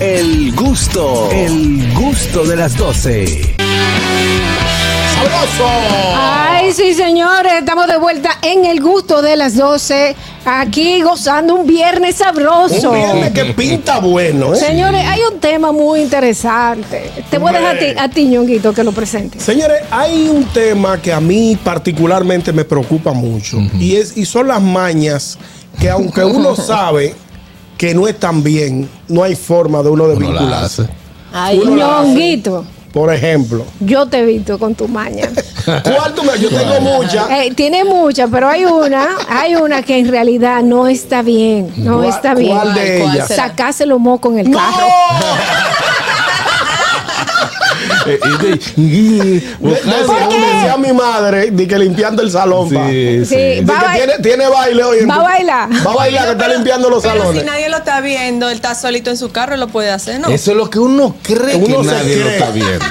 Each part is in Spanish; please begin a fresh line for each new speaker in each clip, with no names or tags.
El gusto, el gusto de las 12.
Ay, sí, señores, estamos de vuelta en el gusto de las 12, aquí gozando un viernes sabroso.
Un viernes que pinta bueno, ¿eh?
Señores, hay un tema muy interesante. Te voy a dejar a ti, a ti, Ñonguito, que lo presentes.
Señores, hay un tema que a mí particularmente me preocupa mucho y es y son las mañas que aunque uno sabe que no están bien, no hay forma de uno de
Uno la
vincularse.
hace.
Ay,
Uno la hace.
Ñonguito,
Por ejemplo,
yo te visto con tu maña.
¿cuál tú me- Yo tengo muchas.
Eh, tiene muchas, pero hay una, hay una que en realidad no está bien, no
¿Cuál-
está bien.
cuál de
¿Cuál
ellas?
será?
Sacarse los mocos en el
¡No!
carro.
Eh, eh, eh,
De-
buscarse
decía-
un-
decía mi madre de que limpiando el salón, pa. De
Sí, sí.
Sí, va
que
a ba-
tiene, tiene baile hoy. en
va a
tu-
bailar.
Va a bailar, que está limpiando los
Pero
salones.
si nadie lo está viendo, él está solito en su carro, lo puede hacer, ¿no?
Eso es lo que uno cree
Uno
que
se
nadie lo
cree.
está viendo.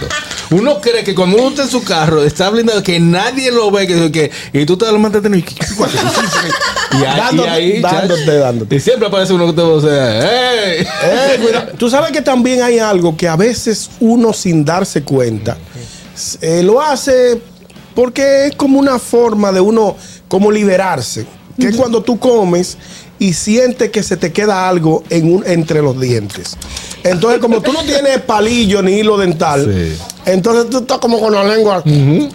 Uno cree que cuando uno está en su carro, está blindado, que nadie lo ve, que, que- y tú te lo mandas y, y ahí,
Dándote,
y ahí,
dándote,
chach,
dándote.
Y siempre aparece uno que te va a decir, "Ey".
Eh, cuidado. Tú sabes que también hay algo que a veces uno sin darse cuenta eh, lo hace porque es como una forma de uno como liberarse. Que es cuando tú comes y sientes que se te queda algo en un- entre los dientes. Entonces, como tú no tienes palillo ni hilo dental,
Sí.
entonces tú estás como con la lengua,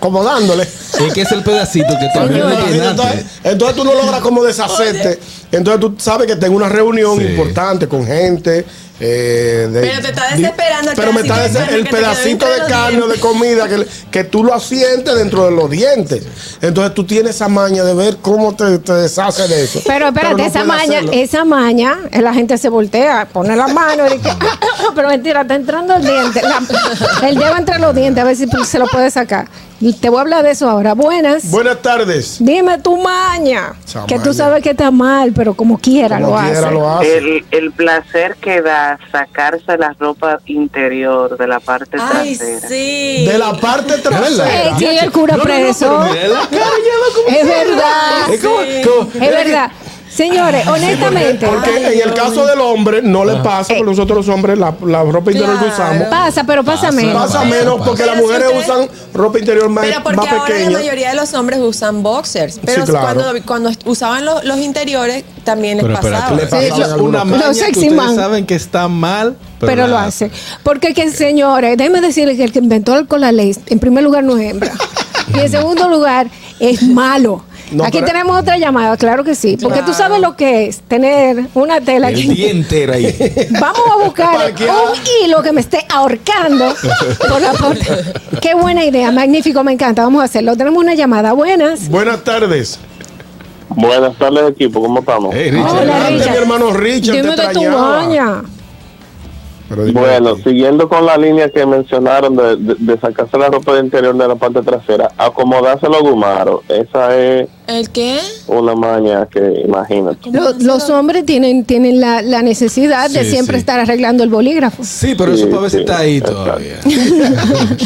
como dándole.
Es que es el pedacito que también no
Entonces,
llenaste.
entonces tú no logras como deshacerte. Entonces tú sabes que tengo una reunión
Sí.
importante con gente. eh, de-
Pero te está desesperando el
Pero me está
pedacito de
dese- el
carne que te
pedacito
quedó
de
entre los
carne o de
dientes.
comida que, que tú lo asientes dentro de los dientes. Entonces tú tienes esa maña de ver cómo te, te deshace de eso.
Pero espérate,
no
esa
puedes
maña,
hacerlo.
esa maña, eh, la gente se voltea, pone la mano y dice, pero mentira, está entrando el diente, la- el dedo entre los dientes, a ver si pues, se lo puede sacar. Y te voy a hablar de eso ahora. Buenas.
Buenas tardes.
Dime tu maña,
Esa
que tú
maña.
sabes que está mal, pero como quiera
Como
lo
quiera,
hace.
lo hace.
El, el placer que da sacarse la ropa interior de la parte
Ay,
trasera.
sí.
De la parte trasera.
Eh, sí, el cura
No, no, no,
preso.
pero mira la cara, ya va como-
Es verdad,
Es como- como-
es verdad. Señores, honestamente,
Porque en el caso del hombre no
Ah.
le pasa, porque nosotros los hombres la, la ropa interior que
Claro.
usamos.
pasa, pero pasa
Pasa,
menos.
Pasa
Pasa,
menos
pasa.
porque las
Pero si
mujeres
ustedes-
usan ropa interior más,
Pero porque
más
ahora la
pequeña.
mayoría de los hombres usan boxers. Pero
Sí, claro.
cuando, cuando usaban los, los interiores, también les
Pero
pasaba.
espérate,
Le
esa es
pasaban
una
algunos.
maña
Los
que
sexy
ustedes
man.
saben que está mal,
pero, lo
la
hace. Porque que, señores, déjenme decirles que el que inventó el Colalace, en primer lugar no es hembra. y en segundo lugar, es malo.
No,
Aquí
pero-
tenemos otra llamada, claro que sí. Porque tú sabes lo que es tener una tela
El
aquí.
día entero ahí.
Vamos a buscar
Parqueada.
un hilo que me esté ahorcando por la puerta. Qué buena idea, magnífico, me encanta. Vamos a hacerlo. Tenemos una llamada, buenas.
Buenas tardes.
Buenas tardes equipo, ¿cómo estamos?
Ey,
Hola,
Richard.
Adelante,
Richard.
mi hermano Richard.
Dime
te
de tu
extrañaba.
baña.
Pero dime
Bueno,
de ti.
siguiendo con la línea que mencionaron de, de- de sacarse la ropa del interior de la parte trasera, acomodarse los gumaros, esa es
¿El qué?
una maña que imagínate.
Lo- los hombres tienen, tienen la, la necesidad de
Sí,
siempre
sí.
estar arreglando el bolígrafo.
Sí, pero eso
Sí,
para veces
sí,
está ahí
exacto.
todavía. Es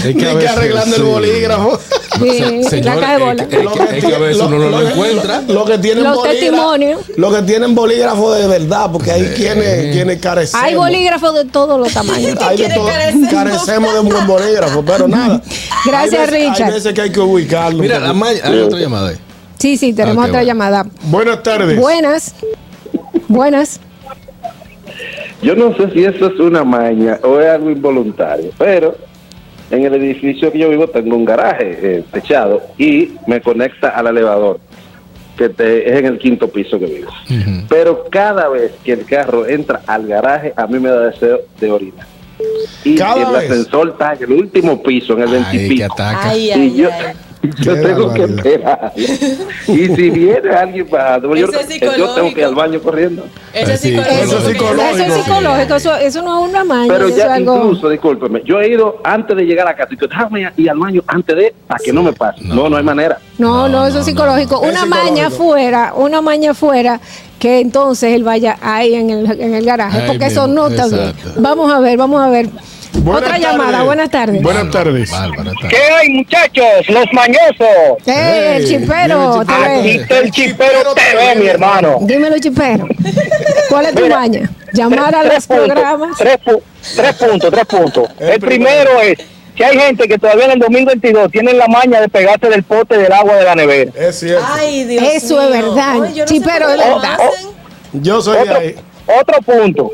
Ni que
a veces,
arreglando el
sí.
bolígrafo.
No,
Sí,
se- señor,
la caja de bola.
es que- es que- es que a veces uno no lo encuentra.
Lo que tienen
Los
bolígrafo-
testimonios.
Lo que tienen bolígrafo de verdad, porque hay quienes, quienes carecen.
Hay bolígrafos de todos los tamaños.
Hay de
¿Quiénes
todo-
carecemos?
carecemos de un buen bolígrafo, pero nada.
Gracias,
Hay veces-
Richard.
Hay veces que hay que ubicarlo.
Mira, la maña. Hay otra llamada ahí.
Sí, sí, tenemos
Ah, qué
otra
bueno.
llamada.
Buenas tardes.
Buenas. Buenas.
Yo no sé si eso es una maña o es algo involuntario, pero en el edificio que yo vivo tengo un garaje eh, techado y me conecta al elevador, que te- es en el quinto piso que vivo. Pero cada vez que el carro entra al garaje, a mí me da deseo de orinar. Y
Cada
el
vez.
ascensor está en el último piso, en el
Ay, que
veintipico.
ataca.
Ay,
Y
ay,
yo,
ay.
yo
Qué
tengo que
barbaridad.
esperar. Y si viene alguien bajando, yo,
Eso es
yo tengo que ir
psicológico.
al baño corriendo.
Eso es
Sí,
psicológico.
eso es psicológico.
Eso es psicológico, eso, eso no es una maña.
Pero
eso es
ya
algo...
incluso, discúlpeme, yo he ido antes de llegar a casa, digo, déjame ir al baño antes de, para que no me pase. No, no, hay manera.
No, no,
No,
eso
no,
es psicológico.
no.
Una
Es
maña
psicológico.
fuera, una maña fuera, que entonces él vaya ahí en el, en el garaje,
Ahí
porque eso no
mismo,
está bien.
exacto.
Vamos a ver, vamos a ver.
Buenas
Otra
tardes.
llamada, buenas tardes.
Buenas tardes.
Bárbara, está.
¿Qué hay, muchachos? Los mañosos.
¡Ey, el
Ey,
Eh, chipero!
dime el
otra
chipero.
vez.
Aquí está el chipero TV, mi hermano.
Dímelo, chipero. ¿Cuál es tu
Mira,
maña? Llamar a los
puntos,
programas.
Tres, pu- tres puntos, tres puntos. El, primero, es que hay gente que todavía en el 2022 tienen la maña de pegarse del pote del agua de la nevera.
Es cierto.
Ay, Dios
Eso
mío.
es verdad.
Ay, yo no
Sí,
sé
pero
cómo
es
lo
verdad.
hacen.
Yo soy de
Otro,
ahí.
otro punto.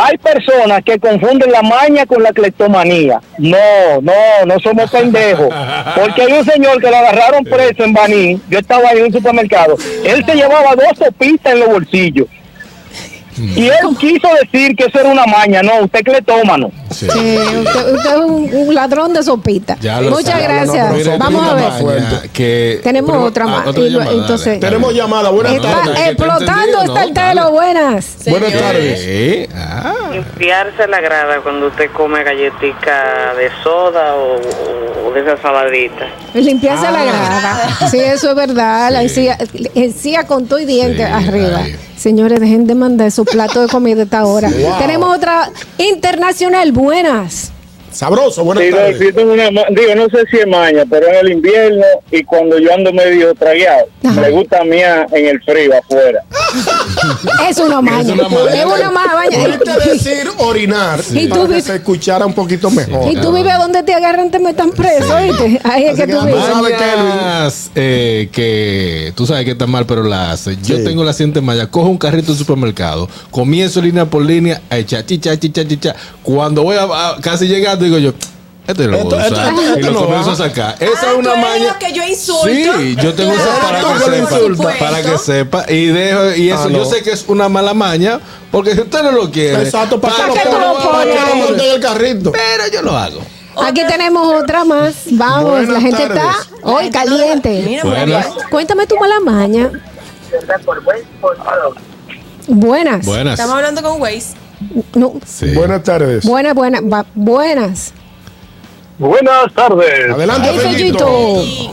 Hay personas que confunden la maña con la cleptomanía. No, no, no somos pendejos. Porque hay un señor que lo agarraron preso en Baní. Yo estaba ahí en un supermercado. Él se llevaba dos sopitas en los bolsillos. Y él quiso decir que eso era una maña. No, usted es cleptómano.
Sí.
Sí, usted, usted es un, un ladrón de sopita.
Ya lo
Muchas
sabe.
gracias.
Mire,
Vamos a
otra
ver.
maña que-
Tenemos
pero-
otra
ah,
más.
otra
Y lo-
llamada,
entonces-
dale, dale.
Tenemos llamada. Buenas
No, no,
Está
tardes.
dale, que te
explotando
entendí,
está el
no, dale.
telo. Buenas.
Buenas
Señor.
tardes.
Eh, ah.
Limpiarse la grada cuando usted come galletica de soda o, o de esa saladita.
Limpiarse
Ah.
la grada. Sí, eso es verdad. La encía, encía con todo y diente
Sí,
arriba.
ahí.
Señores, dejen de mandar su plato de comida a esta hora. Tenemos otra internacional. Buenas.
Sabroso, buenas
Sí, no,
tardes.
yo tengo una ma- digo, no sé si es maña, pero en el invierno y cuando yo ando medio tragueado,
Ajá.
me gusta mía en el frío afuera.
Es una maña.
una maña.
Es una maña.
Pudiste decir orinar
Y tú
para que
vi-
se escuchara un poquito mejor.
Y tú vives donde te agarran, te metan preso, ¿oíste? Ahí es
Así
que
que
tú
vamos
vives.
a- ¿Sabe qué, Luis?
Mañas, eh, que tú sabes que está mal, pero la hace. Yo
Sí.
tengo la siguiente malla. Cojo un carrito del supermercado, comienzo línea por línea a echar chicha, chicha, chicha. Cuando voy a, a- casi llegando, digo yo, este lo
Esto-
voy a
esto-
usar.
esto-
y
esto
lo
no
comienzo
va.
a sacar.
Ah,
Esa es
tú
una
eres
maña.
lo que yo insulto.
Sí, yo tengo
Claro,
esa para
tú
que
que lo
sepa.
insultas.
Para que sepa. Y dejo, y eso,
Ah, no.
yo sé que es una mala maña, porque si usted no lo quiere.
Eh, Exacto, ¿para qué lo
qué tú
pones?
lo
¿Para qué lo
pones?
montas en el carrito?
Pero yo lo hago.
Aquí tenemos otra más. Vamos,
Buenas
la gente
tardes.
está hoy caliente.
Mira, María.
Buenas.
Cuéntame tu mala maña. Buenas.
Buenas.
Estamos hablando con Waze.
No,
Sí.
Buenas tardes.
buenas, buenas, va- buenas.
Buenas tardes.
Adelante,
Ey,
Fellito.
Fellito.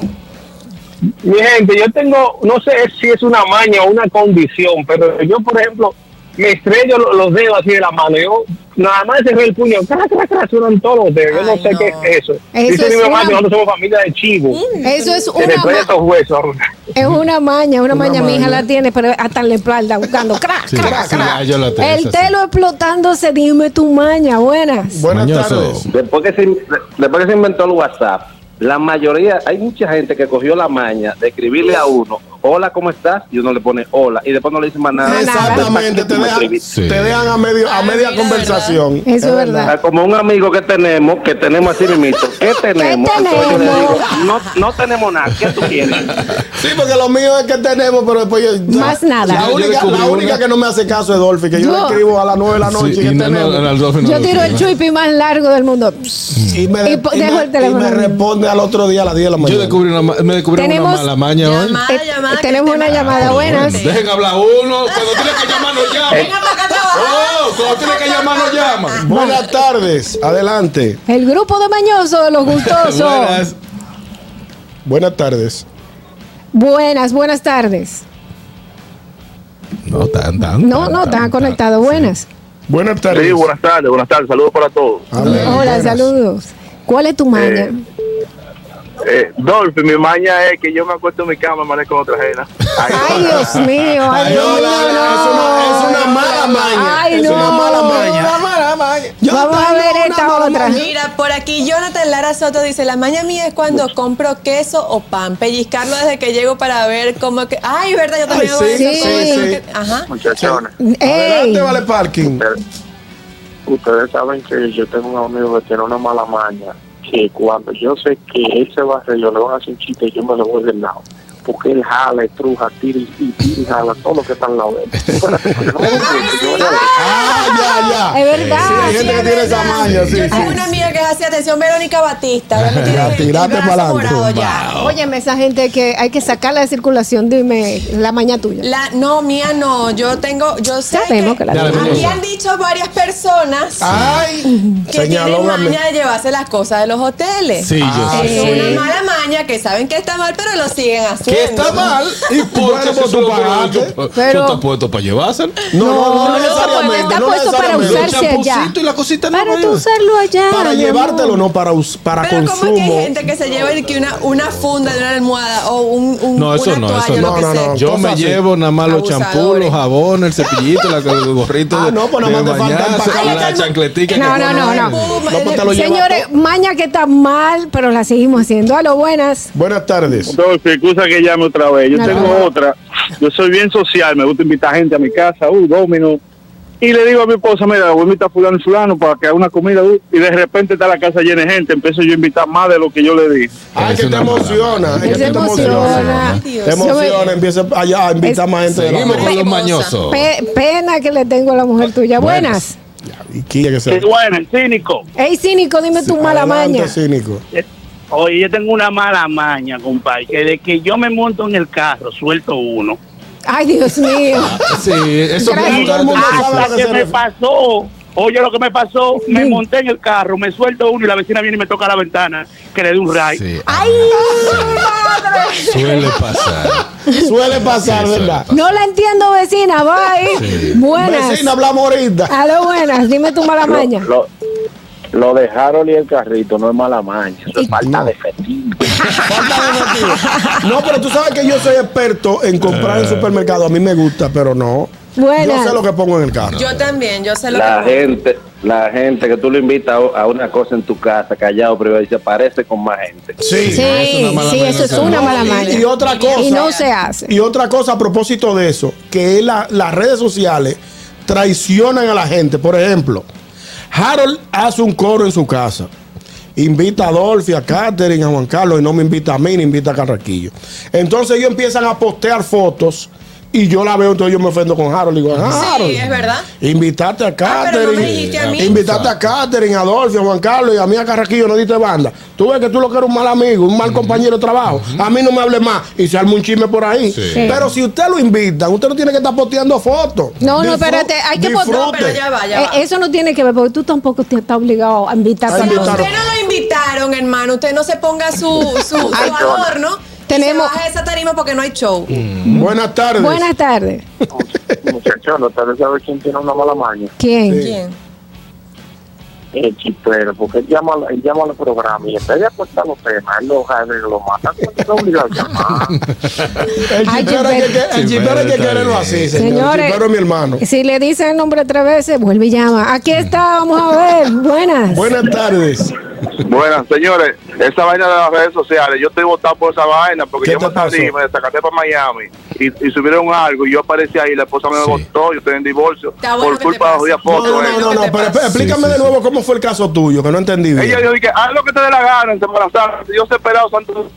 Mi gente, yo tengo, no sé si es una maña o una condición, pero yo, por ejemplo, me estrello lo- los dedos así de la mano. Yo nada más cerré el puño, cra, cra, cra, suenan todos los dedos. Yo
Ay,
no sé
no.
qué es eso.
Eso
Dice
es
mi mamá
una-
que nosotros somos familia de chivos.
Eso es
Se le
una,
estrella
ma-
esos huesos.
es una maña, una, maña. Mi hija
maña.
la tiene, pero hasta en la espalda buscando. Crac,
Sí,
crac,
sí,
crac.
ya yo la tengo,
El
esa sí.
telo explotándose. Dime tu maña. Buenas.
Buenas
Mañoso.
tardes.
Después que, se, después que se inventó el WhatsApp, la mayoría, hay mucha gente que cogió la maña de escribirle a uno, hola, ¿cómo estás? Y uno le pone hola, y después no le dice más nada.
Más nada.
Exactamente, te
Tú me
dejan,
escribiste.
Sí.
te dejan a, medio, a
Ah,
media
mira,
conversación.
Eso es verdad.
Ah, Como un amigo que tenemos, que tenemos así mismo, ¿qué tenemos? Entonces yo le
tenemos?
digo, no, no tenemos nada, ¿qué tú quieres?
Sí, porque lo mío es que tenemos, pero después yo.
Más nada.
La
Yo
única,
descubrí
la única
una-
que no me hace caso es Dolphy, que yo le
Yo-
escribo a las 9 de la noche
Sí,
y,
y
que
no, no,
tenemos.
al Dolphin no
Yo
lo
tiro el
tiene.
chupi más largo del mundo.
y me, de-
Y po-
y
dejo
me-
el teléfono.
y me responde al otro día a las 10 de la mañana.
Yo descubrí una, ma- me descubrí
Tenemos-
una mala maña hoy.
Llamada,
Eh,
llamada,
tenemos
que
una
te-
llamada. Buenas.
Dejen hablar uno. Cuando tiene que llamar, no llaman.
Venga para acá a trabajar.
Oh, cuando tiene que llamar, no llaman.
Buenas tardes, adelante.
El grupo de mañosos de los gustosos.
Buenas.
Buenas tardes.
buenas, buenas tardes.
No, tan, tan.
No, no, están conectados. Buenas.
Buenas tardes.
Sí, buenas tardes, buenas tardes, saludos para todos.
Amén.
Hola,
Buenas.
saludos. ¿Cuál es tu maña?
Eh, Dolphy, mi maña es que yo me acuesto en mi cama y amanezco con otra ajena.
Ay, Dios mío. Ay,
Ay,
Dios mío.
hola, es
no.
una- es una mala maña.
Ay,
Es
no.
una mala maña.
Una mala maña.
Yo
Vamos a
tengo
ver
una
esta
mala
otra.
maña.
Mira, por aquí Jonathan Lara Soto dice, la maña mía es cuando compro queso o pan, pellizcarlo desde que llego para ver cómo que... Ay, ¿verdad? Yo también
Ay,
hago
sí,
eso.
sí,
Como-
sí.
Ajá.
Muchachones,
Ey,
Adelante, vale parking.
ustedes saben que yo tengo un amigo que tiene una mala maña, que cuando yo sé que él se va a reír, yo le voy a hacer un chiste, yo me lo voy del lado. Porque él jala, estruja, tira y y tira y jala todo lo que está al lado de él. Espérate, porque no me entiendo, pues, yo voy a ver.
Ah, ya,
es
ya.
verdad.
Hay
Sí,
gente
es
que tiene esa
verdad.
maña, sí,
Yo tengo
sí.
una amiga que es así, atención, Verónica Batista. Dame que tiene el- el
Tírate
brazo
pa'lante.
morado ya.
Óyeme, esa gente que hay que sacarla de circulación, dime la maña tuya.
La, no, mía no. Yo tengo, yo sé
Sabemos
que,
que la
Dale,
aquí
Mendoza.
han dicho varias personas
Ay,
que
Ah, señaló
tienen
una
maña de llevarse las cosas de los hoteles.
Sí,
Ah,
yo
Es
sé.
una mala maña que saben que está mal, pero lo siguen haciendo.
Que está mal. ¿Y por qué
Bueno, pues,
se
tú
lo
pagaste.
Yo
Pero-
está puesto para llevárselo.
No, no, no,
No, no,
necesariamente.
está
no
puesto para
necesariamente.
usarse. allá.
pomponcito y la cosita no
Para
vaya.
tú usarlo allá.
Para
mi
llevártelo,
amor.
no para, us- para
Pero ¿cómo
consumo.
es que hay gente que se lleva el que una, una funda de una almohada o un, un-
No, eso
una
no,
toalla,
eso
lo
no.
que
No, no,
sea?
no.
Yo me
Cosas así.
llevo nada más los champús,
Abusadores.
los jabones, el cepillito, la, el gorrito
Ah,
de,
no, pues nada más
de
te falta
bañarse,
empacar.
con
Ay,
la
calma.
chancletica.
No,
que
no,
pone
no,
él.
no.
Puma,
No, pues, te lo lleva
Señores, maña que está mal, pero la seguimos haciendo. A lo buenas.
Buenas tardes.
Entonces, excusa que llame otra vez. Yo
No,
tengo
no.
otra. Yo soy bien social, me gusta invitar gente a mi casa, uy, domino. Y le digo a mi esposa, mira, voy a invitar a fulano y fulano para que haga una comida. uy. Y de repente está la casa llena de gente. Empiezo yo a invitar más de lo que yo le dije.
Ay,
Es
que te
una mala
emociona.
madre.
ay, que
Él se
te emociona.
emociona.
Te emociona, empieza allá a invitar
Es-
más gente. de la
Seguimos
mano.
con los
Mariposa.
mañosos.
Pe- pena que le tengo a la mujer tuya. Buenas.
Y quilla que sea.
Es bueno, el cínico.
Ey, cínico, dime tu mala
Adelante,
maña.
cínico.
Eh, Oye, yo tengo una mala maña, compadre, que de que yo me monto en el carro, suelto uno.
Ay, Dios mío.
Sí, eso
Gracias.
es
Todo el mundo
importante.
sabe
Hasta
que
Ah, que
se
me
ref-
pasó, oye lo que me pasó, me
Sí.
monté en el carro, me suelto uno y la vecina viene y me toca la ventana, que le dé un ray.
Sí, ah,
Ay,
suele pasar.
Suele pasar,
Sí, suele
¿verdad?
no la entiendo, vecina. Bye.
Sí.
Buenas.
Vecina, hablamos ahorita.
A lo buenas. Dime tu mala maña.
Lo, lo de Harold y el carrito no es mala maña, eso es falta de festín.
Falta de motivo. No, pero tú sabes que yo soy experto en comprar
Eh.
en supermercado. A mí me gusta, pero no.
Buenas.
Yo sé lo que pongo en el carro.
Yo también, yo sé lo
La
que...
gente, la gente que tú le invitas a a una cosa en tu casa, callado, privado, y se aparece con más gente.
Sí.
Sí,
es una mala
sí,
maña
eso es
también.
una mala
Y-
maña.
Y, otra cosa.
Y no se hace.
Y otra cosa a propósito de eso, que es la- las redes sociales traicionan a la gente. Por ejemplo, Harold hace un coro en su casa. Invita a Dolphy, a Katherine, a Juan Carlos y no me invita a mí, ni invita a Carraquillo. Entonces ellos empiezan a postear fotos y yo la veo, entonces yo me ofendo con Harold. Digo, "Ah,
Sí,
Harold,
es verdad.
invitaste a
pero no me dijiste
Katherine,
a mí.
Ah, invitaste a Katherine, a Dolphy, a Juan Carlos y a mí a Carraquillo, no diste banda. Tú ves que tú lo que eres un mal amigo, un mal compañero de trabajo. A mí no me hables más y se arma un chisme por ahí.
Sí.
Pero si usted lo invita, usted no tiene que estar posteando fotos.
No, no,
Disfru-
espérate, hay que
disfrute.
postear,
Pero ya va, ya
Eh,
va.
eso no tiene que ver, porque tú tampoco te estás obligado a invitar
Ay,
a
Pero
Dios.
todos.
usted no lo invitaron, hermano. Usted no se ponga su, su, su adorno.
Tenemos-
Tenemos... Se baja de esa tarima porque no hay show.
Mm.
Buenas tardes.
Buenas tardes.
Muchachos, ustedes saben quién tiene una mala maña.
¿Quién?
¿Quién?
El chipero, porque él llama, él llama al programa y en vez de aportar los temas, él los jala y lo mata. porque está obligado a llamar.
El
Ay,
chipero hay que,
Gilberto.
el chipero hay que
Gilberto está
quererlo
bien.
así, señor. El
Señores,
chipero es mi hermano.
si le dicen el nombre tres veces, vuelve y llama. Aquí está, vamos a ver. Buenas.
Buenas tardes.
Buenas, señores, esa vaina de las redes sociales, yo estoy votado por esa vaina porque
¿Qué
yo
te
me salí,
pasó?
me destacaté para Miami y, y subieron algo y yo aparecí ahí, la esposa me
Sí.
votó, yo estoy en divorcio
Está bueno
por
que
culpa de
te
la jodida
pase.
No,
foto.
no,
eh.
no, no, no,
¿Qué te
pero
pasa?
explícame
Sí, sí,
de nuevo cómo fue el caso tuyo, que no entendí bien.
Ella yo dije, haz lo que te dé la gana, se embarazaron, Dios esperado, santo.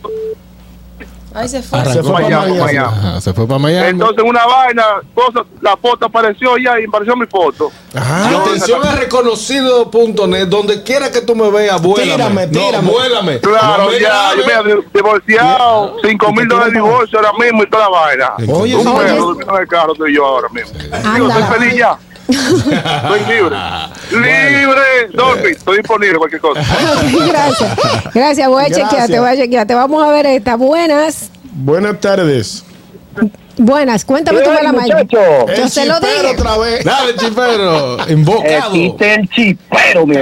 Ay, se fue.
Se
Arrancó
fue
para
para
Miami.
Miami.
Ajá, Se fue para Miami.
Entonces una vaina, cosa, la foto apareció ya y apareció mi foto.
Ah,
Yo-
Atención a reconocido.net, donde quiera que tú me veas,
Tírame,
vuélame. No,
tírame.
vuélame.
Claro,
No me
ya,
llames.
yo me había divorciado, cinco mil dólares de divorcio ahora mismo y toda la vaina.
Oye,
un
sí.
perro
Oye.
durmiendo en el carro estoy yo ahora mismo. Digo,
Ándala.
soy feliz ya. Estoy libre. Libre, Dolphy, estoy disponible cualquier cosa.
Gracias. Gracias, voy a
Gracias.
chequear, te voy a chequear. Te vamos a ver esta. Buenas.
Buenas tardes.
Buenas, cuéntame tu mala maña.
muchacho.
Yo
El
se lo
chipero
dije.
Eh, otra vez.
Dale, chipero. Invocado.
el chipero, mi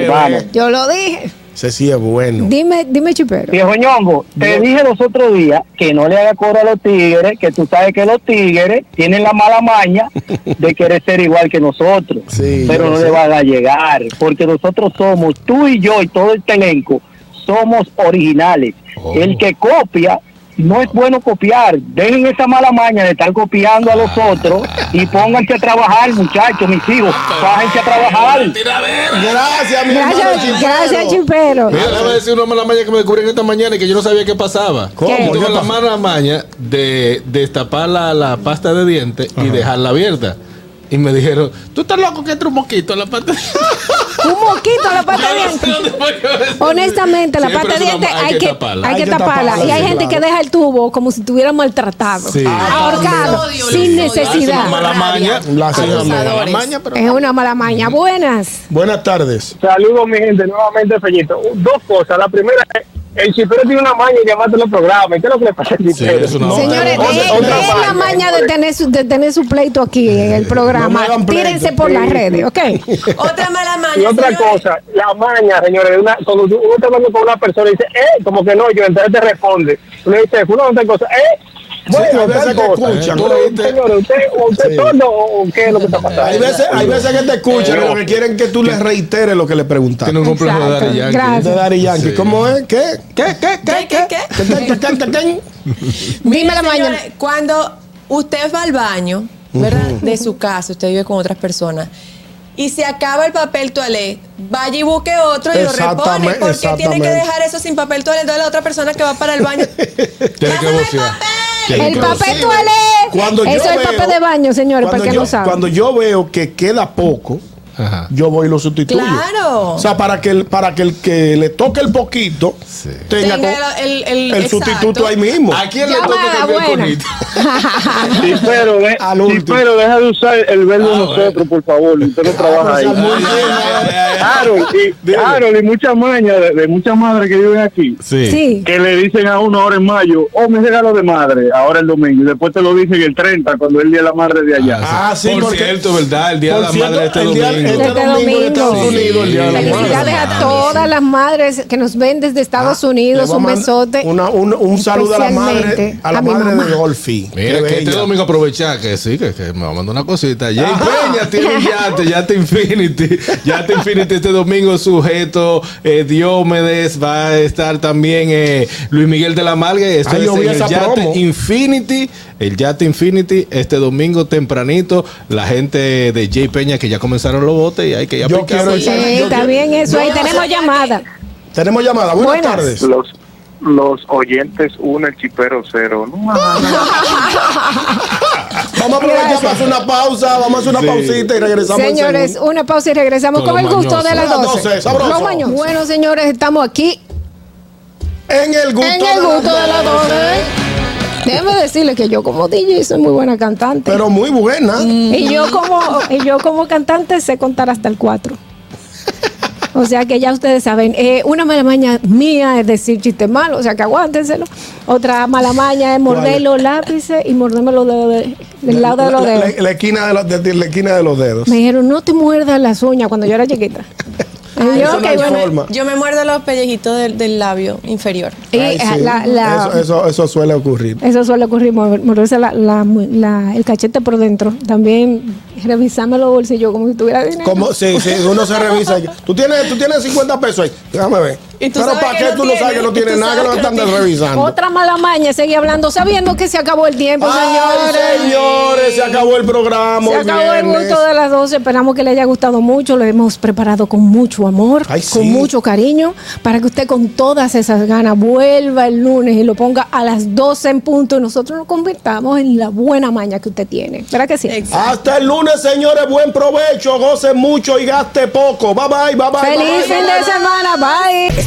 Yo lo dije.
Ese sí es bueno.
Dime, dime, chipero.
Viejo ñongo, te dije los otros días que no le haga coro a los tigres, que tú sabes que los tigres tienen la mala maña de querer ser igual que nosotros,
Sí, yo
pero no
sé.
le van a llegar, porque nosotros somos, tú y yo y todo el elenco, somos originales.
Oh.
El que copia, no es bueno copiar, dejen esa mala maña de estar copiando a los
Ah.
otros y pónganse a trabajar, muchachos, mis hijos, bájense a trabajar.
Gracias, mi hermano
Gracias,
chipero.
gracias, chipero.
Mira, le voy a decir una mala maña que me descubrí esta mañana y que yo no sabía qué pasaba.
eh. ¿Cómo?
Yo
¿Qué
tengo la
pasó?
mala maña de destapar la, la pasta de dientes y dejarla abierta. Y me dijeron, tú estás loco que entra un moquito en la pasta de
Un moquito a la pata de
Yo no sé
dientes.
dónde fue que me-
Honestamente, la pata
Siempre
de
es una-
dientes hay que,
taparla.
hay que taparla. Y hay
sí,
gente que
claro.
deja el tubo como si estuviera maltratado,
Sí. Ah,
ahorcado,
también.
sin
Odio, odio,
Es una
da.
necesidad.
mala maña.
La sí,
Es una
amor.
mala
Abusadores.
maña, pero-
Es una mala maña. Buenas.
Buenas tardes.
Saludos, mi gente, nuevamente Peñito. Dos cosas. La primera es el chipero tiene una maña y llamarte los programas. ¿Qué es lo que le pasa al chipero?
es una- No,
Señores,
otra-
es,
otra
es la
maña.
maña de tener, su, de tener su pleito aquí en el
No me
programa.
hagan pleito.
Tírense por las redes, ¿ok?
Otra mala maña.
Y otra
señores.
cosa, la maña, señores, una, cuando tú- uno está hablando con una persona y dice, eh, como que no, yo, entonces te responde. Tú le dices, uno no cosa, eh,
Sí, hay
bueno,
veces
tal
que
cosa.
escuchan,
Pero,
oíste.
Señores, ¿usted, usted
Sí.
sordo o o qué es lo que está pasando?
Hay veces, hay veces que te escuchan, pero que quieren que tú les reiteres lo que le
Tiene un
preguntaste.
complejo de
Exacto,
Daddy Yankee.
De
gracias.
Daddy Yankee,
Sí.
¿cómo es? ¿Qué? ¿Qué? ¿Qué?
¿Qué, qué, qué?
¿Qué? ¿Qué? ¿Qué? ¿Qué? ¿Qué?
Dime la maña.
Señores, Cuando usted va al baño, ¿verdad? De su casa, usted vive con otras personas. Y se acaba el papel toalé, vaya y busque otro y lo repone.
Exactamente,
Porque tiene que
exactamente.
dejar eso sin papel toalé. Entonces la otra persona que va para el baño.
Tiene que
"Pásame el
vocear.
papel".
Tiene
El
que
papel
vocear.
Cuando
toalé.
yo
Eso es el
veo-
papel de baño, señores,
cuando
para que
yo-
no saben.
Cuando yo veo que queda poco,
Ajá.
yo voy y lo sustituyo.
Claro.
O sea, para que el, para que, el que le toque el poquito
Sí.
tenga,
Tenga
to-
el- el-
el
exacto.
sustituto ahí mismo.
¿A quién le
Llama
toca
a la
cambiar el
buena.
conito?
Chipero, de-
Al último. Ah,
Chipero, deja de usar el verbo nosotros, por favor. Usted no trabaja ahí.
muy bien.
Harold y, Harold y muchas mañas de, de muchas madres que viven aquí.
Sí.
Que le dicen a uno ahora en mayo, oh, mi regalo de madre, ahora el domingo. Y después te lo dicen el 30, cuando es el día de la madre de allá.
Ah, sí,
por
porque-
cierto, ¿verdad? El Día de
Por
la
cierto,
Madre este
el día-
domingo.
este
Este
domingo en Estados
domingo.
Unidos, el día de la madre.
Felicidades a
Madre.
todas las madres que nos ven desde Estados Unidos.
Ah, Le voy
Un
a mandar
besote.
una- un, un saludo a la madre,
especialmente
a la
a mi
madre de
mamá.
Dolphy.
Mira,
Qué
que este
bella.
domingo aprovechar que sí, que, que me va a mandar una cosita. Jay Peña tiene un yate, yate Infinity. Yate Infinity este domingo sujeto. Eh, Diomedes va a estar también eh, Luis Miguel de la Marga. Esto
Ay,
es
yo vi
en el
esa
yate
promo.
Infinity. El yate Infinity este domingo tempranito. La gente de Jay Peña que ya comenzaron los botes y hay que ir a
Yo
picar.
quiero-
Sí, está bien eso. Ahí tenemos llamada.
Tenemos llamada. Buenas,
Buenas.
tardes.
Los, los oyentes, uno, el chipero, cero. No,
Vamos a aprovechar para hacer una pausa. Vamos a hacer una
Sí.
pausita y regresamos. en
Señores,
segundo.
una pausa y regresamos
Con
con el
lo
gusto
mañoso.
de las
Las 12,
12.
sabroso.
Lo mañoso. Bueno, señores, estamos aquí
en el gusto,
en el gusto de las 12. Déjeme decirles que yo como DJ soy muy buena cantante.
Pero muy buena.
Y yo como y yo como cantante sé contar hasta el 4. O sea que ya ustedes saben, eh, una mala maña mía es decir chistes malos, o sea que aguántenselo. Otra mala maña es morder
¿Cuál?
los lápices y morderme los dedos de- del lado de los
La-
dedos.
La, la esquina de los, de- de- la esquina de los dedos.
Me dijeron, no te muerdas las uñas cuando yo era chiquita. Y yo,
Eso
ok,
no hay
bueno.
forma.
Yo me muerdo los pellejitos del, del labio inferior.
Y,
Ay,
eh,
sí.
la- la-
Eso, eso, eso suele ocurrir.
Eso suele ocurrir, mor- morderse la- la- la- el cachete por dentro. También revisarme los bolsillos como si tuviera dinero.
Como si uno se revisa. Tú tienes, tú tienes 50 pesos ahí. Déjame ver.
Y tú
Pero
sabes
¿para
que
qué
no
tú no
tiene,
sabes que no
y
tienes
tú
nada que
sabes
lo
que no
están
tiene.
revisando?
Otra mala maña, seguí hablando, sabiendo que se acabó el tiempo,
Ay, señores, se acabó el programa.
Se
hoy
acabó el
viernes.
gusto de las 12. Esperamos que le haya gustado mucho. Lo hemos preparado con mucho amor,
Ay, sí.
con mucho cariño, para que usted con todas esas ganas vuelva el lunes y lo ponga a las 12 en punto y nosotros nos convirtamos en la buena maña que usted tiene. ¿Verdad que sí?
Exacto.
Hasta el lunes, señores. Buen provecho. Gocen mucho y gaste poco. Bye bye, bye bye. bye, bye.
Feliz fin de semana. Bye.